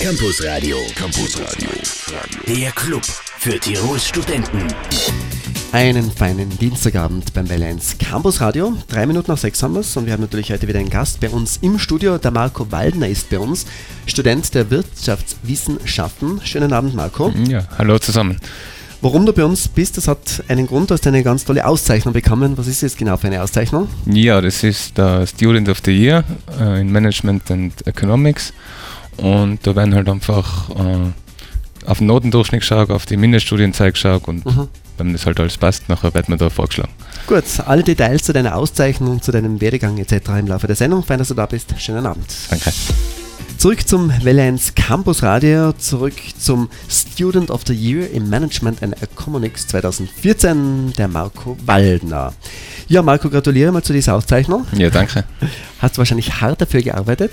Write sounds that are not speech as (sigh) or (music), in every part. Campus Radio. Campus Radio. Der Club für Tirols Studenten. Einen feinen Dienstagabend beim Balance Campus Radio. Drei Minuten nach sechs haben wir und wir haben natürlich heute wieder einen Gast bei uns im Studio. Der Marco Waldner ist bei uns, Student der Wirtschaftswissenschaften. Schönen Abend, Marco. Ja, hallo zusammen. Warum du bei uns bist, das hat einen Grund. Du hast eine ganz tolle Auszeichnung bekommen. Was ist jetzt genau für eine Auszeichnung? Ja, das ist der Student of the Year äh, in Management and Economics und da werden halt einfach äh, auf den Notendurchschnitt geschaut, auf die Mindeststudienzeit geschaut und wenn das halt alles passt, nachher wird man da vorgeschlagen. Gut, alle Details zu deiner Auszeichnung, zu deinem Werdegang etc. im Laufe der Sendung. Fein, dass du da bist. Schönen Abend. Danke. Zurück zum Valence Campus Radio, zurück zum Student of the Year im Management and Economics 2014, der Marco Waldner. Ja, Marco, gratuliere mal zu dieser Auszeichnung. Ja, danke. Hast du wahrscheinlich hart dafür gearbeitet.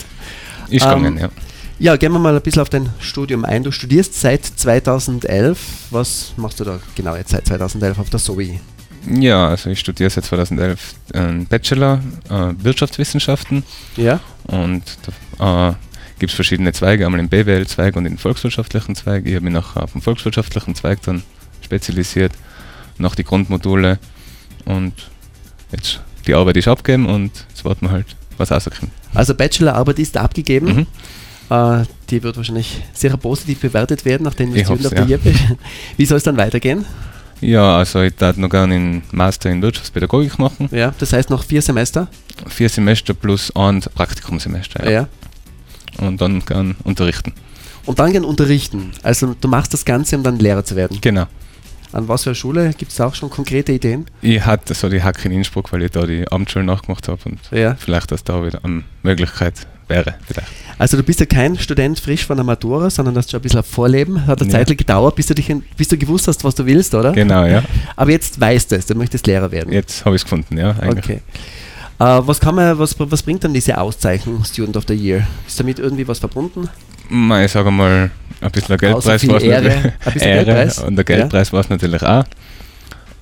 Ist Ähm, gegangen, ja. Ja, gehen wir mal ein bisschen auf dein Studium ein. Du studierst seit 2011. Was machst du da genau jetzt seit 2011 auf der SOI? Ja, also ich studiere seit 2011 einen Bachelor äh, Wirtschaftswissenschaften Ja. und da äh, gibt es verschiedene Zweige, einmal den BWL-Zweig und den volkswirtschaftlichen Zweig. Ich habe mich nachher auf den volkswirtschaftlichen Zweig dann spezialisiert, noch die Grundmodule und jetzt die Arbeit ist abgegeben und jetzt warten wir halt, was rauskriegen. Also Bachelorarbeit ist abgegeben. Mhm. Äh, die wird wahrscheinlich sehr positiv bewertet werden, nachdem du Ich Student of hoff's, the Year bist. Wie soll es dann weitergehen? Ja, also ich darf noch gerne einen Master in Wirtschaftspädagogik machen. Ja, das heißt noch vier Semester. Vier Semester plus ein Praktikumssemester. Ja. Und dann gern unterrichten. Und dann gern unterrichten. Also du machst das Ganze, um dann Lehrer zu werden. Genau. An was für eine Schule gibt es auch schon konkrete Ideen? Ich hatte so die Hack in Innsbruck, weil ich da die Abendschule nachgemacht habe und Ja. vielleicht, dass da wieder eine Möglichkeit wäre. Vielleicht. Also du bist ja kein Student frisch von der Matura, sondern hast schon ein bisschen ein Vorleben. Hat eine Ja. Zeit lang gedauert, bis du, dich, bis du gewusst hast, was du willst, oder? (laughs) Genau, ja. Aber jetzt weißt du es, du möchtest Lehrer werden. Jetzt habe ich es gefunden, ja. Eigentlich. Okay. Äh, was, kann man, was, was bringt dann diese Auszeichnung Student of the Year? Ist damit irgendwie was verbunden? Ma, Ich sage mal, ein bisschen ein Außer Geldpreis viel war es Ehre, natürlich. ein (laughs) bisschen Geldpreis. Und der Geldpreis war es natürlich auch.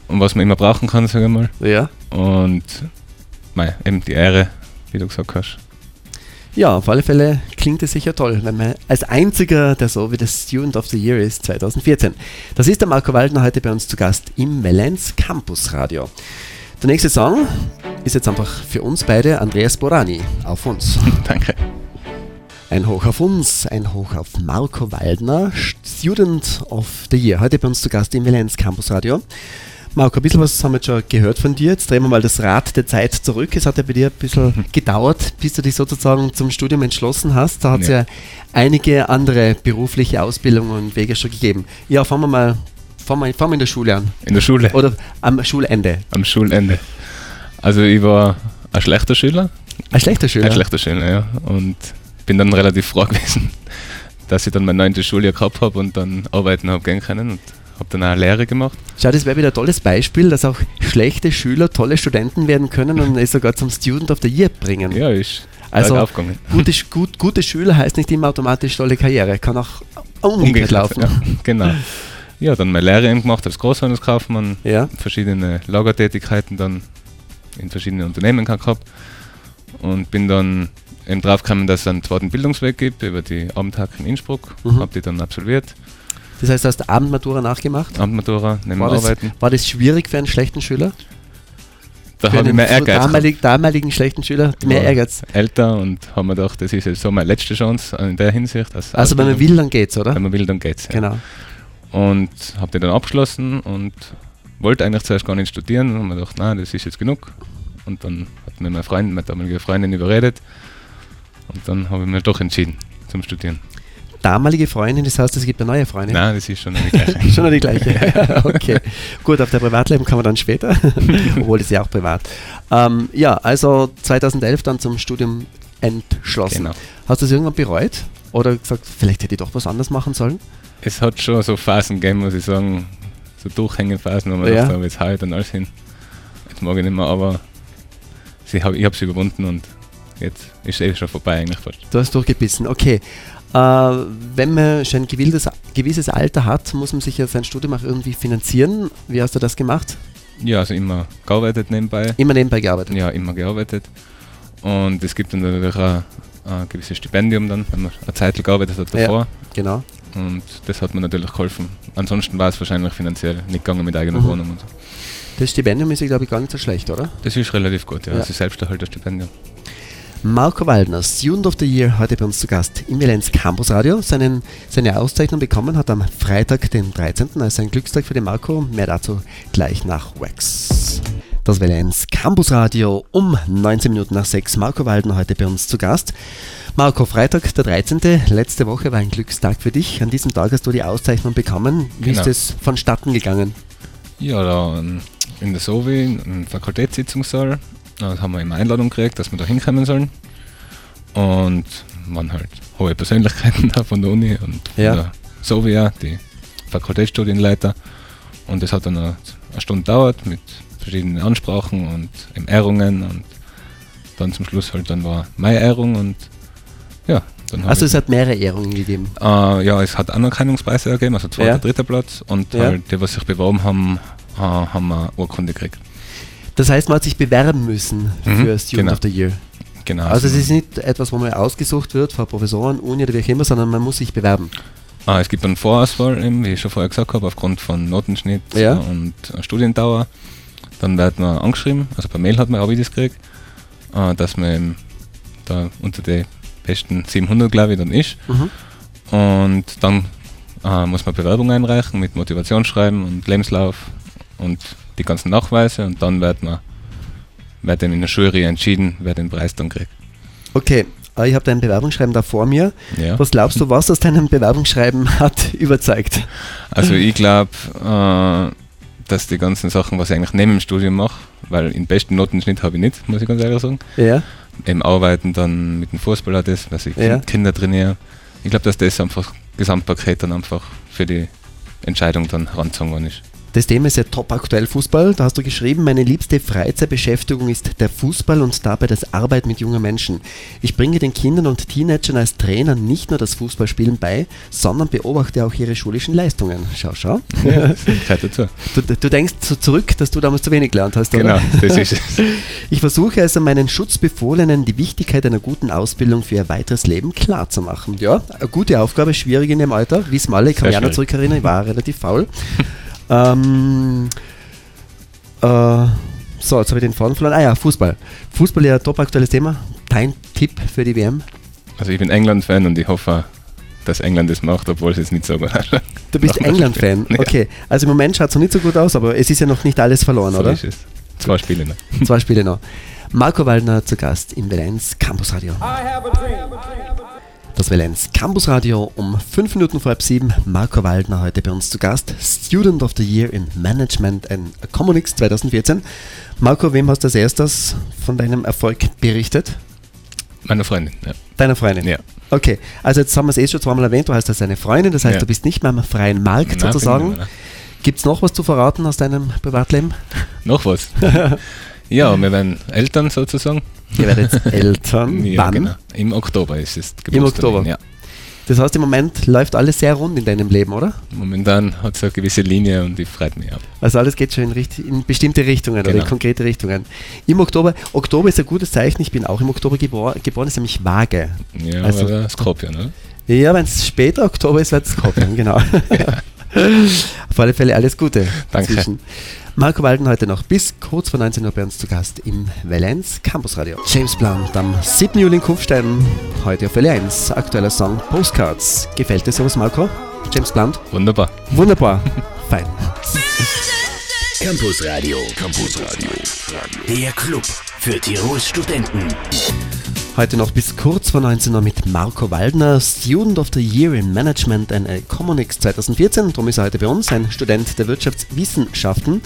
Und was man immer brauchen kann, sage ich mal. Ja. Und mei, eben die Ehre, wie du gesagt hast. (laughs) Ja, auf alle Fälle klingt es sicher toll, wenn man als einziger, der so wie das Student of the Year ist, 2014. Das ist der Marco Waldner heute bei uns zu Gast im Valenz Campus Radio. Der nächste Song ist jetzt einfach für uns beide Andreas Borani. Auf uns. Danke. Ein Hoch auf uns, ein Hoch auf Marco Waldner, Student of the Year. Heute bei uns zu Gast im Valenz Campus Radio. Marco, ein bisschen was haben wir jetzt schon gehört von dir. Jetzt drehen wir mal das Rad der Zeit zurück. Es hat ja bei dir ein (laughs) bisschen gedauert, bis du dich sozusagen zum Studium entschlossen hast. Da hat es ja. Ja. einige andere berufliche Ausbildungen und Wege schon gegeben. Ja, fangen wir mal fangen wir, fangen wir in der Schule an. In der Schule, Oder am Schulende. am Schulende. Also ich war ein schlechter Schüler, Ein schlechter Schüler. Ein schlechter Schüler, ja. Und bin dann relativ froh (laughs) gewesen, dass ich dann mein neuntes Schuljahr gehabt habe und dann arbeiten habe gehen können und habe dann auch eine Lehre gemacht. Schau, das wäre wieder ein tolles Beispiel, dass auch schlechte Schüler tolle Studenten werden können und es sogar zum Student of the Year bringen. Ja, ist Also- also, aufgegangen. Gute, Sch- gut, gute Schüler heißt nicht immer automatisch tolle Karriere, kann auch umgekehrt laufen. Ja, (laughs) genau. Ja, dann meine Lehre eben gemacht als Großhandelskaufmann, Ja. verschiedene Lagertätigkeiten dann in verschiedenen Unternehmen gehabt und bin dann eben draufgekommen, dass es einen zweiten Bildungsweg gibt über die Abendhack in Innsbruck, Mhm. habe die dann absolviert, Das heißt, du hast Abendmatura nachgemacht. Abendmatura, neben War das, Arbeiten. war das schwierig für einen schlechten Schüler? Da für habe ich einen mehr so Ehrgeiz gehabt. damalig, damaligen schlechten Schüler? Mehr Ja. Also Ehrgeiz. älter und haben mir gedacht, das ist jetzt so meine letzte Chance in der Hinsicht. als Also wenn man Ausbildung. will, dann geht's, oder? Wenn man will, dann geht's. genau. Ja. Genau. Und habe den dann abgeschlossen und wollte eigentlich zuerst gar nicht studieren und mir gedacht, na, das ist jetzt genug. Und dann hat mir mein Freund, meine damalige Freundin überredet und dann habe ich mir doch entschieden zum Studieren. Damalige Freundin, das heißt, es gibt eine neue Freundin. Nein, das ist schon eine gleiche. (laughs) Schon noch die gleiche. okay. Gut, auf der Privatleben kann man dann (laughs) später, obwohl das ist ja auch privat. Ähm, ja, also 2011 dann zum Studium entschlossen. Genau. Hast du es irgendwann bereut? Oder gesagt, vielleicht hätte ich doch was anderes machen sollen? Es hat schon so Phasen gegeben, muss ich sagen, so Durchhängephasen, wo man Ja. ja. dachte, jetzt hau ich dann alles hin. Jetzt mag ich nicht mehr, aber sie hab, ich habe es überwunden und jetzt ist es eh schon vorbei eigentlich fast. Du hast durchgebissen, okay. Äh, wenn man schon ein gewisses, gewisses Alter hat, muss man sich ja sein Studium auch irgendwie finanzieren. Wie hast du das gemacht? Ja, also immer gearbeitet nebenbei. Immer nebenbei gearbeitet. Ja, immer gearbeitet. Und es gibt dann natürlich auch ein gewisses Stipendium dann, wenn man eine Zeit lang gearbeitet hat Ja. davor. Genau. Und das hat mir natürlich geholfen. Ansonsten war es wahrscheinlich finanziell nicht gegangen mit eigener Mhm. Wohnung und so. Das Stipendium ist, glaube ich, gar nicht so schlecht, oder? Das ist relativ gut, ja. Ja. Das ist Selbsterhalterstipendium. Marco Waldner, Student of the Year, heute bei uns zu Gast im Valenz Campus Radio. Seinen, seine Auszeichnung bekommen hat am Freitag, den 13., also ein Glückstag für den Marco. Mehr dazu gleich nach Wax. Das Valenz Campus Radio um 19 Minuten nach 6. Marco Waldner heute bei uns zu Gast. Marco, Freitag, der 13. Letzte Woche war ein Glückstag für dich. An diesem Tag hast du die Auszeichnung bekommen. Wie ist Genau. es vonstatten gegangen? Ja, da ähm, in der Sovi, im Fakultätssitzungssaal, da haben wir immer Einladung gekriegt, dass wir da hinkommen sollen. Und waren halt hohe Persönlichkeiten (laughs) da von der Uni und von Ja. der Sovi, auch, die Fakultätsstudienleiter. Und das hat dann eine, eine Stunde gedauert mit verschiedenen Ansprachen und eben Ehrungen und dann zum Schluss halt dann war meine Ehrung und ja, dann hab Also ich- es hat mehrere Ehrungen gegeben. äh, ja, es hat Anerkennungspreise gegeben, also zweiter, Ja. dritter Platz und Ja. halt die, was sich beworben haben, äh, haben eine Urkunde gekriegt. Das heißt, man hat sich bewerben müssen Mhm, für Student genau. of the Year. Genau. Also es ist nicht etwas, wo man ausgesucht wird von Professoren, Uni oder wie auch immer, sondern man muss sich bewerben. äh, es gibt eine Vorauswahl, eben, wie ich schon vorher gesagt habe, aufgrund von Notenschnitt Ja. äh, und äh, Studiendauer. Dann wird man angeschrieben, also per Mail hat man, habe ich das gekriegt, äh, dass man eben da unter die besten 700, glaube ich, dann ist. Und dann äh, muss man Bewerbung einreichen mit Motivationsschreiben und Lebenslauf und die ganzen Nachweise und dann wird man wird dann in der Jury entschieden, wer den Preis dann kriegt. Okay, äh, ich habe dein Bewerbungsschreiben da vor mir. Ja. Was glaubst du, was aus deinem Bewerbungsschreiben (laughs) hat überzeugt? Also ich glaube, äh, dass die ganzen Sachen, was ich eigentlich neben dem Studium mache, weil den besten Notenschnitt habe ich nicht, muss ich ganz ehrlich sagen. Ja, Eben arbeiten dann mit dem Fußball hat das, dass ich Ja. Kinder trainiere. Ich glaube, dass das einfach Gesamtpaket dann einfach für die Entscheidung dann herangezogen worden ist. das Thema ist ja top aktuell Fußball. Da hast du geschrieben, meine liebste Freizeitbeschäftigung ist der Fußball und dabei das Arbeit mit jungen Menschen. Ich bringe den Kindern und Teenagern als Trainer nicht nur das Fußballspielen bei, sondern beobachte auch ihre schulischen Leistungen. Schau, schau. Ja, das gehört dazu. Du, du denkst so zurück, dass du damals zu wenig gelernt hast, oder? Genau, das ist es. Ich versuche also meinen Schutzbefohlenen die Wichtigkeit einer guten Ausbildung für ihr weiteres Leben klarzumachen. Ja, eine gute Aufgabe, schwierig in dem Alter. Wissen alle, ich kann Sehr mich auch noch schwierig. zurückerinnern, ich (laughs) war relativ faul. ähm, äh, so, jetzt habe ich den Faden verloren. Ah ja, Fußball. Fußball ja ein top aktuelles Thema. Dein Tipp für die WM? Also ich bin England-Fan und ich hoffe, dass England das macht, obwohl es jetzt nicht so war. Du bist Nochmal England-Fan. spielen. Ja. Okay, also im Moment schaut es noch nicht so gut aus, aber es ist ja noch nicht alles verloren, So oder? ist es. Zwei Spiele noch. Zwei Spiele noch. Marco Waldner zu Gast im Valenz Campus Radio. Das Valenz Campus Radio um 5 Minuten vor halb 7. Marco Waldner heute bei uns zu Gast, Student of the Year in Management and Economics 2014. Marco, wem hast du als erstes von deinem Erfolg berichtet? Meine Freundin, ja. Deiner Freundin? Ja. Okay, also jetzt haben wir es eh schon zweimal erwähnt, du hast als eine Freundin, das heißt, Ja. du bist nicht mehr am freien Markt Nein, sozusagen. bin ich Gibt es noch was zu verraten aus deinem Privatleben? nicht. (laughs) Noch was? ja, wir werden Eltern sozusagen. Ihr (laughs) werdet Eltern. Ja, Hm, Wann? genau. Im Oktober ist es. Oktober. Ja. Das heißt, im Moment läuft alles sehr rund in deinem Leben, oder? Momentan hat es eine gewisse Linie und die freut mich ab. Also alles geht schon in, richt- in bestimmte Richtungen oder Genau. in konkrete Richtungen. Im Oktober, Oktober ist ein gutes Zeichen, ich bin auch im Oktober gebor geboren, ist nämlich Waage. Ja, Also- also, aber Skorpion, oder? Ja, wenn es später Oktober ist, wird es Skorpion, (laughs) genau. Auf alle Fälle alles Gute. Danke. Marco Walden heute noch bis kurz vor 19 Uhr bei uns zu Gast im Valenz Campus Radio. James Blunt am 7. Juli in Kufstein, heute auf Valenz. Aktueller Song Postcards. Gefällt dir sowas, Marco? James Blunt? Wunderbar. Wunderbar. (laughs) Fein. Campus Radio. Campus Radio. Der Club für Tirols Studenten. Heute noch bis kurz vor 19 Uhr mit Marco Waldner, Student of the Year in Management and Economics 2014. Darum ist er heute bei uns, ein Student der Wirtschaftswissenschaften.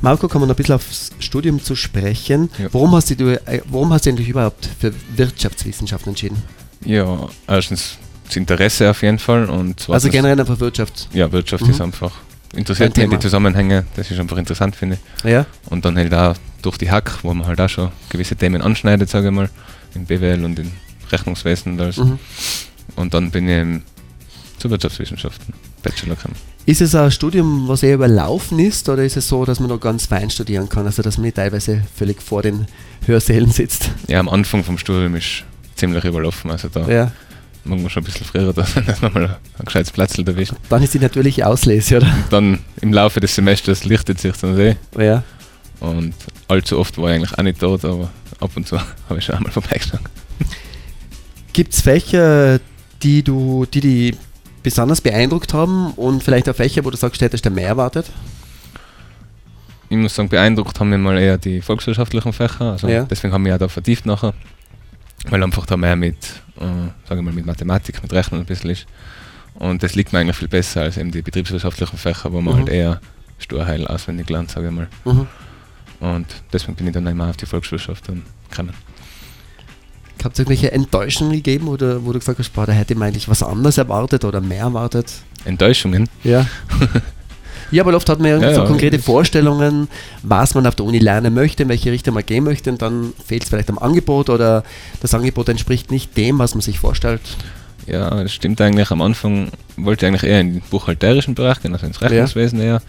Marco, kommen wir noch ein bisschen aufs Studium zu sprechen. Ja. Warum, hast du, äh, warum hast du dich überhaupt für Wirtschaftswissenschaften entschieden? Ja, erstens das Interesse auf jeden Fall und zweitens, Also generell einfach Wirtschaft. ja, Wirtschaft ist einfach interessiert Dein mich die Thema. Zusammenhänge, das ist einfach interessant, finde ich. Ja. Und dann halt auch durch die Hack, wo man halt auch schon gewisse Themen anschneidet, sage ich mal, in BWL und in Rechnungswesen und alles. Mhm. Und dann bin ich eben zu Wirtschaftswissenschaften, Bachelor gekommen. Ist es ein Studium, was eher überlaufen ist, oder ist es so, dass man noch ganz fein studieren kann, also dass man nicht teilweise völlig vor den Hörsälen sitzt? Ja, am Anfang vom Studium ist ziemlich überlaufen. Also da Ja. muss man schon ein bisschen früher (laughs) da sein, dass man mal ein gescheites Platzl erwischt. Dann ist die natürliche Auslese, oder? Und dann im Laufe des Semesters lichtet sich dann eh. Ja. Und allzu oft war ich eigentlich auch nicht dort, aber ab und zu (laughs) habe ich schon einmal vorbeigeschaut. Gibt es Fächer, die du, die die besonders beeindruckt haben und vielleicht auch Fächer, wo du sagst, hättest du mehr erwartet? Ich muss sagen, beeindruckt haben mich mal eher die volkswirtschaftlichen Fächer. Also Ja. Deswegen haben wir ja da vertieft nachher. Weil einfach da mehr mit, äh, sag ich mal, mit Mathematik, mit Rechnen ein bisschen ist. Und das liegt mir eigentlich viel besser als eben die betriebswirtschaftlichen Fächer, wo man Mhm. halt eher sturheil auswendig lernt, sage ich mal. Mhm. Und deswegen bin ich dann einmal auf die Volkswirtschaft dann gekommen. Hat es irgendwelche Enttäuschungen gegeben, oder wo du gesagt hast, boah, da hätte man eigentlich was anderes erwartet oder mehr erwartet? Enttäuschungen. Ja. (laughs) ja, aber oft hat man ja, irgendwie Ja, so ja, konkrete das- Vorstellungen, was man auf der Uni lernen möchte, in welche Richtung man gehen möchte und dann fehlt es vielleicht am Angebot oder das Angebot entspricht nicht dem, was man sich vorstellt. Ja, das stimmt eigentlich. Am Anfang wollte ich eigentlich eher in den buchhalterischen Bereich gehen, also ins Rechnungswesen eher.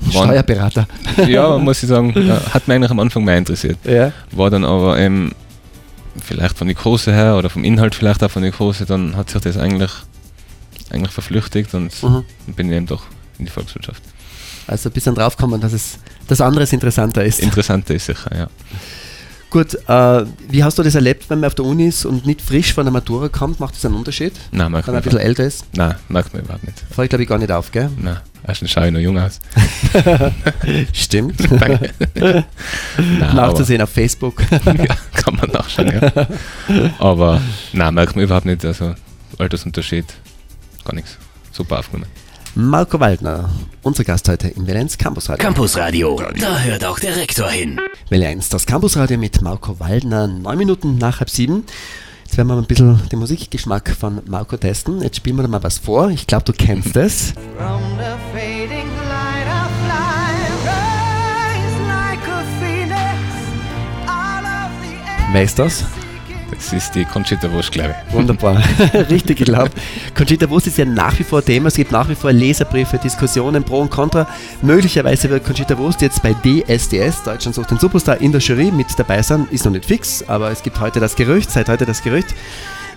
Wann- Steuerberater. Ja, muss ich (laughs) sagen, ja, hat mich eigentlich am Anfang mehr interessiert. Ja. War dann aber ähm, vielleicht von der Kurse her oder vom Inhalt vielleicht auch von der Kurse, dann hat sich das eigentlich, eigentlich verflüchtigt und Mhm. bin ich eben doch in die Volkswirtschaft. Also ein bisschen draufkommen, dass es das andere interessanter ist. Interessanter ist sicher, ja. Gut, äh, wie hast du das erlebt, wenn man auf der Uni ist und nicht frisch von der Matura kommt? Macht das einen Unterschied? Nein, merkt Wenn man ein man, bisschen überhaupt- älter ist? Nein, merkt man überhaupt nicht. Fällt, glaube ich, gar nicht auf, gell? Nein, erstens schaue ich noch (laughs) jung aus. Stimmt. Danke. Nein, aber- Nachzusehen auf Facebook. (laughs) (laughs) ja, kann man nachschauen, ja. Aber nein, merkt man überhaupt nicht. Also Altersunterschied, gar nichts. Super aufgenommen. Marco Waldner, unser Gast heute im Valenz Campus Radio. Campusradio, da hört auch der Rektor hin. Welle 1, das Campusradio mit Marco Waldner, 9 Minuten nach halb sieben. Jetzt werden wir mal ein bisschen den Musikgeschmack von Marco testen. Jetzt spielen wir da mal was vor. Ich glaube, du kennst es. From the fading light of life, rise like a phoenix out of the air. Wer ist das? Das ist die Conchita Wurst, glaube ich. Wunderbar. Richtig, ich glaube. Conchita Wurst ist ja nach wie vor Thema. Es gibt nach wie vor Leserbriefe, Diskussionen, Pro und Contra. Möglicherweise wird Conchita Wurst jetzt bei DSDS, Deutschland sucht den Superstar, in der Jury mit dabei sein. Ist noch nicht fix, aber es gibt heute das Gerücht, seit heute das Gerücht.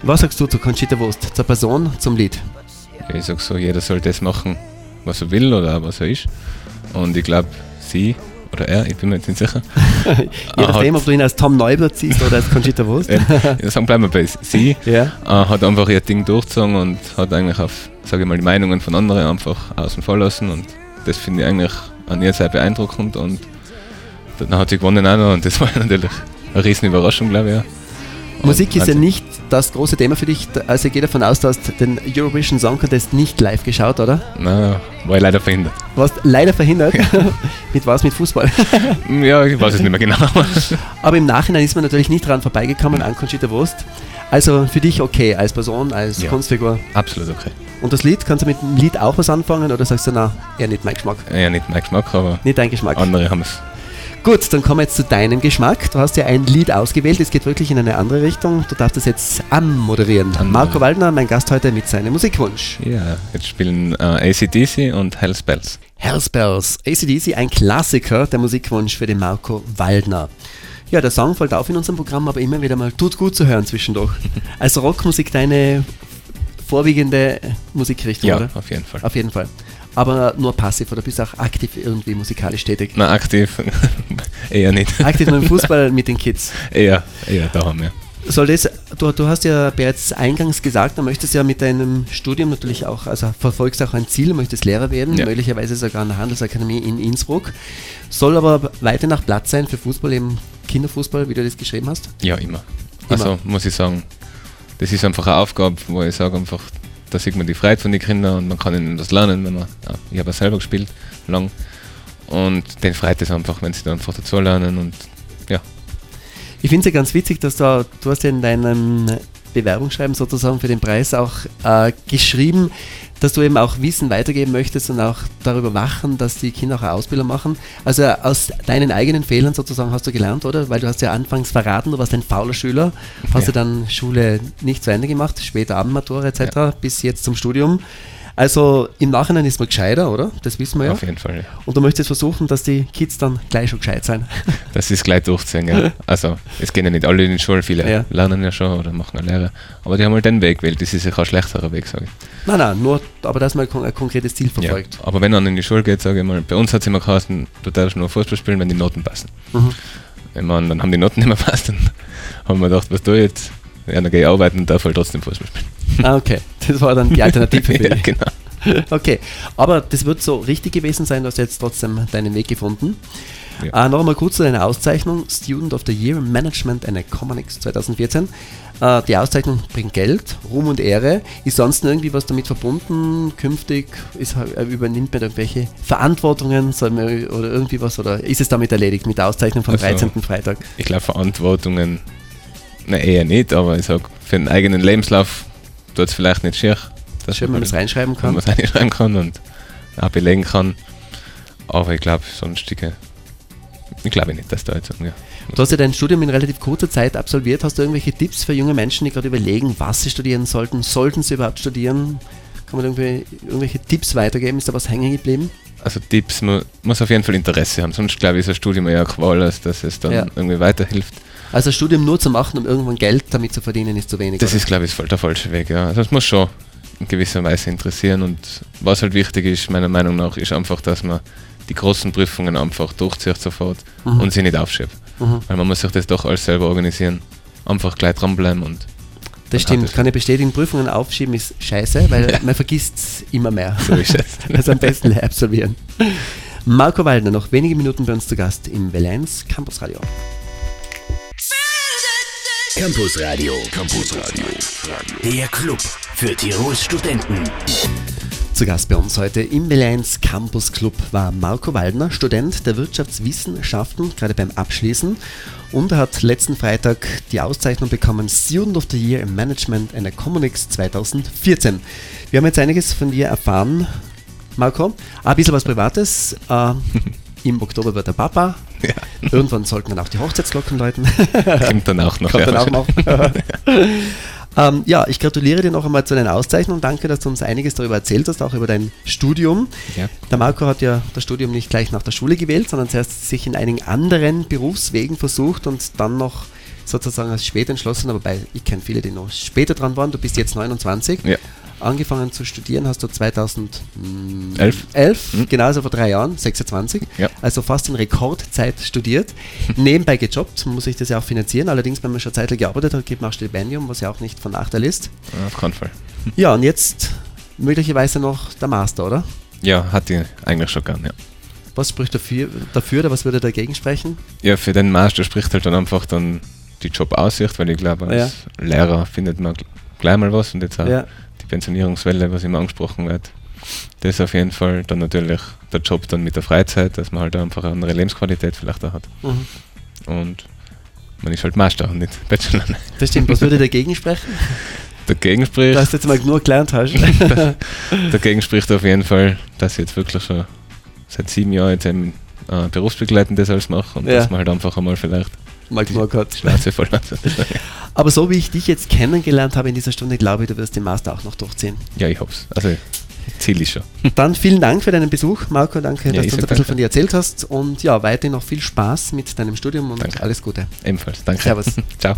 Was sagst du zu Conchita Wurst, zur Person, zum Lied? Ja, ich sage so, jeder soll das machen, was er will oder auch was er ist. Und ich glaube, sie oder er, ich bin mir jetzt (laughs) nicht sicher. Je Ah, nachdem, hat- ob du ihn als Tom Neubert siehst oder als Conchita Wurst. Ähm, ja, sagen bleiben wir bei sie. ja. Äh, hat einfach ihr Ding durchgezogen und hat eigentlich auf, sage ich mal, die Meinungen von anderen einfach außen vor lassen und das finde ich eigentlich an ihr sehr beeindruckend und dann hat sie gewonnen auch noch und das (laughs) war natürlich eine riesen Überraschung, glaube ich. Ja. Und Musik ist ja Wahnsinn. nicht das große Thema für dich. Also ich gehe davon aus, du hast den Eurovision Song Contest nicht live geschaut, oder? Na, war ich leider verhindert. Du warst leider verhindert. (laughs) mit was? Mit Fußball. Ja, ich weiß es nicht (laughs) mehr genau. Aber im Nachhinein ist man natürlich nicht dran vorbeigekommen an Conchita Wurst. Also für dich okay, als Person, als Ja. Kunstfigur. Absolut okay. Und das Lied, kannst du mit dem Lied auch was anfangen oder sagst du, na, eher nicht mein Geschmack? Ja, nicht mein Geschmack, aber Nicht dein Geschmack. andere haben es. Gut, dann kommen wir jetzt zu deinem Geschmack. Du hast ja ein Lied ausgewählt, es geht wirklich in eine andere Richtung. Du darfst es jetzt anmoderieren. Anmoderieren. Marco Waldner, mein Gast heute mit seinem Musikwunsch. Ja, jetzt spielen äh, ACDC und Hell Spells. Hellspells, ACDC, ein Klassiker, der Musikwunsch für den Marco Waldner. Ja, der Song fällt auf in unserem Programm, aber immer wieder mal tut gut zu hören (laughs) zwischendurch. Also Rockmusik deine vorwiegende Musikrichtung, Ja, oder? auf jeden Fall. Auf jeden Fall. Aber nur passiv oder bist auch aktiv irgendwie musikalisch tätig? Na, aktiv (laughs) eher nicht. Aktiv (laughs) mit dem Fußball, mit den Kids. Eher, eher da haben wir. Soll das, du, du hast ja bereits eingangs gesagt, du möchtest ja mit deinem Studium natürlich auch, also verfolgst auch ein Ziel, möchtest Lehrer werden, Ja. möglicherweise sogar an der Handelsakademie in Innsbruck. Soll aber weiter nach Platz sein für Fußball, eben Kinderfußball, wie du das geschrieben hast. Ja, immer. Also muss ich sagen, das ist einfach eine Aufgabe, wo ich sage einfach, da sieht man die Freiheit von den Kindern und man kann ihnen das lernen, wenn man, ja, ich habe ja selber gespielt, lang. Und den freut es einfach, wenn sie dann einfach dazu lernen und ja, Ich finde es ja ganz witzig, dass du, du hast ja in deinem Bewerbungsschreiben sozusagen für den Preis auch äh, geschrieben, dass du eben auch Wissen weitergeben möchtest und auch darüber wachen, dass die Kinder auch eine Ausbildung machen. Also aus deinen eigenen Fehlern sozusagen hast du gelernt, oder? Weil du hast ja anfangs verraten, du warst ein fauler Schüler, hast ja. Ja. dann Schule nicht zu Ende gemacht, später Abendmatura etc. bis jetzt zum Studium. Also im Nachhinein ist man gescheiter, oder? Das wissen wir ja. Auf jeden Fall, ja. Und du möchtest versuchen, dass die Kids dann gleich schon gescheit sein. Das ist gleich durchziehen, gell? (laughs) Also, es gehen ja nicht alle in die Schule, viele Ja. lernen ja schon oder machen eine Lehre. Aber die haben halt den Weg gewählt, das ist sicher ein schlechterer Weg, sage ich. nein, nein, nur, aber dass man kon- ein konkretes Ziel verfolgt. Aber wenn einer in die Schule geht, sage ich mal, bei uns hat es immer geheißen, du darfst nur Fußball spielen, wenn die Noten passen. Mhm. Ich meine, dann haben die Noten (laughs) nicht mehr passt, dann haben wir gedacht, was tue ich jetzt? Ja, dann gehe ich arbeiten und darf halt trotzdem Fußball spielen. Ah, okay, das war dann die (laughs) Alternative für ja, dich. genau. Okay, aber das wird so richtig gewesen sein, du hast jetzt trotzdem deinen Weg gefunden. Ja. Äh, noch einmal kurz zu deiner Auszeichnung, Student of the Year Management and Economics 2014. Äh, die Auszeichnung bringt Geld, Ruhm und Ehre. Ist sonst irgendwie was damit verbunden? Künftig ist, äh, übernimmt man irgendwelche Verantwortungen soll man, oder irgendwie was? Oder ist es damit erledigt mit der Auszeichnung vom Also- 13. Freitag? Ich glaube, Verantwortungen, na eher nicht, aber ich sage, für den eigenen Lebenslauf tut es vielleicht nicht schier. dass Schön, wenn man das reinschreiben wenn kann. man es reinschreiben kann und auch belegen kann. Aber ich glaube, sonstige. Ich glaube nicht, dass da jetzt. Ja. Du hast ja dein Studium in relativ kurzer Zeit absolviert. Hast du irgendwelche Tipps für junge Menschen, die gerade überlegen, was sie studieren sollten? Sollten sie überhaupt studieren? Kann man irgendwie irgendwelche Tipps weitergeben? Ist da was hängen geblieben? Also Tipps, man muss auf jeden Fall Interesse haben. Sonst glaube ich, ist ein Studium eher eine Qual, als dass es dann Ja. irgendwie weiterhilft. Also ein Studium nur zu machen, um irgendwann Geld damit zu verdienen, ist zu wenig. Das oder? ist, glaube ich, voll der falsche Weg. Ja. Also es muss schon in gewisser Weise interessieren. Und was halt wichtig ist, meiner Meinung nach, ist einfach, dass man die großen Prüfungen einfach durchzieht sofort Mhm. und sie nicht aufschiebt. Mhm. Weil man muss sich das doch alles selber organisieren. Einfach gleich dranbleiben und das dann hat stimmt. es- Kann ich bestätigen, Prüfungen aufschieben ist scheiße, weil man vergisst immer mehr. so ist es. (laughs) Also am besten leer absolvieren. Marco Waldner, noch wenige Minuten bei uns zu Gast im Valenz Campus Radio. Campus Radio. Campus Radio. Der Club für Tirols Studenten. Zu Gast bei uns heute im Valenz Campus Club war Marco Waldner, Student der Wirtschaftswissenschaften, gerade beim Abschließen. Und er hat letzten Freitag die Auszeichnung bekommen Student of the Year im Management and Economics 2014. Wir haben jetzt einiges von dir erfahren, Marco. Ein bisschen was Privates. Äh, Im Oktober wird der Papa. Irgendwann sollten dann auch die Hochzeitsglocken läuten. Kommt dann auch (laughs) noch. Kommt ja. dann auch noch. ähm, ja, ich gratuliere dir noch einmal zu deiner Auszeichnung. Danke, dass du uns einiges darüber erzählt hast, auch über dein Studium. Ja. Der Marco hat ja das Studium nicht gleich nach der Schule gewählt, sondern zuerst sich in einigen anderen Berufswegen versucht und dann noch sozusagen als spät entschlossen, aber bei, ich kenne viele, die noch später dran waren. Du bist jetzt 29. Ja. Angefangen zu studieren hast du 2011, Elf. genau, also vor drei Jahren, 26. Ja. Also fast in Rekordzeit (laughs) studiert. Nebenbei gejobbt, muss ich das ja auch finanzieren. Allerdings, wenn man schon zeitlich gearbeitet hat, gibt man auch Stipendium, was ja auch nicht von Nachteil ist. (laughs) Auf keinen Fall. Ja, und jetzt möglicherweise noch der Master, oder? Ja, hat die eigentlich schon gern, ja. Was spricht dafür, dafür oder was würde dagegen sprechen? Ja, für den Master spricht halt dann einfach dann die Jobaussicht, weil ich glaube, als Lehrer findet man gl- gleich mal was und jetzt auch Ja. die Pensionierungswelle, was immer angesprochen wird. Das auf jeden Fall. Dann natürlich der Job dann mit der Freizeit, dass man halt einfach eine andere Lebensqualität vielleicht auch hat. Mhm. Und man ist halt Master und nicht Bachelor. (laughs) Das stimmt, was würde dagegen sprechen? Dagegen Du spricht, hast jetzt mal nur gelernt hast. (laughs) dagegen spricht auf jeden Fall, dass ich jetzt wirklich schon seit sieben Jahren jetzt eben, äh, berufsbegleitend das alles mache und Ja. dass man halt einfach einmal vielleicht (laughs) mal nur die kurz. Schnauze voll (laughs) hat. Aber so wie ich dich jetzt kennengelernt habe in dieser Stunde, glaube ich, du wirst den Master auch noch durchziehen. Ja, ich hoffe es. Also, Ziel ist schon. Dann vielen Dank für deinen Besuch, Marco. Danke, Ja, dass ich du uns ein bisschen sag danke. von dir erzählt hast. Und ja, weiterhin noch viel Spaß mit deinem Studium und Danke. alles Gute. Ebenfalls. Danke. Servus. (laughs) Ciao.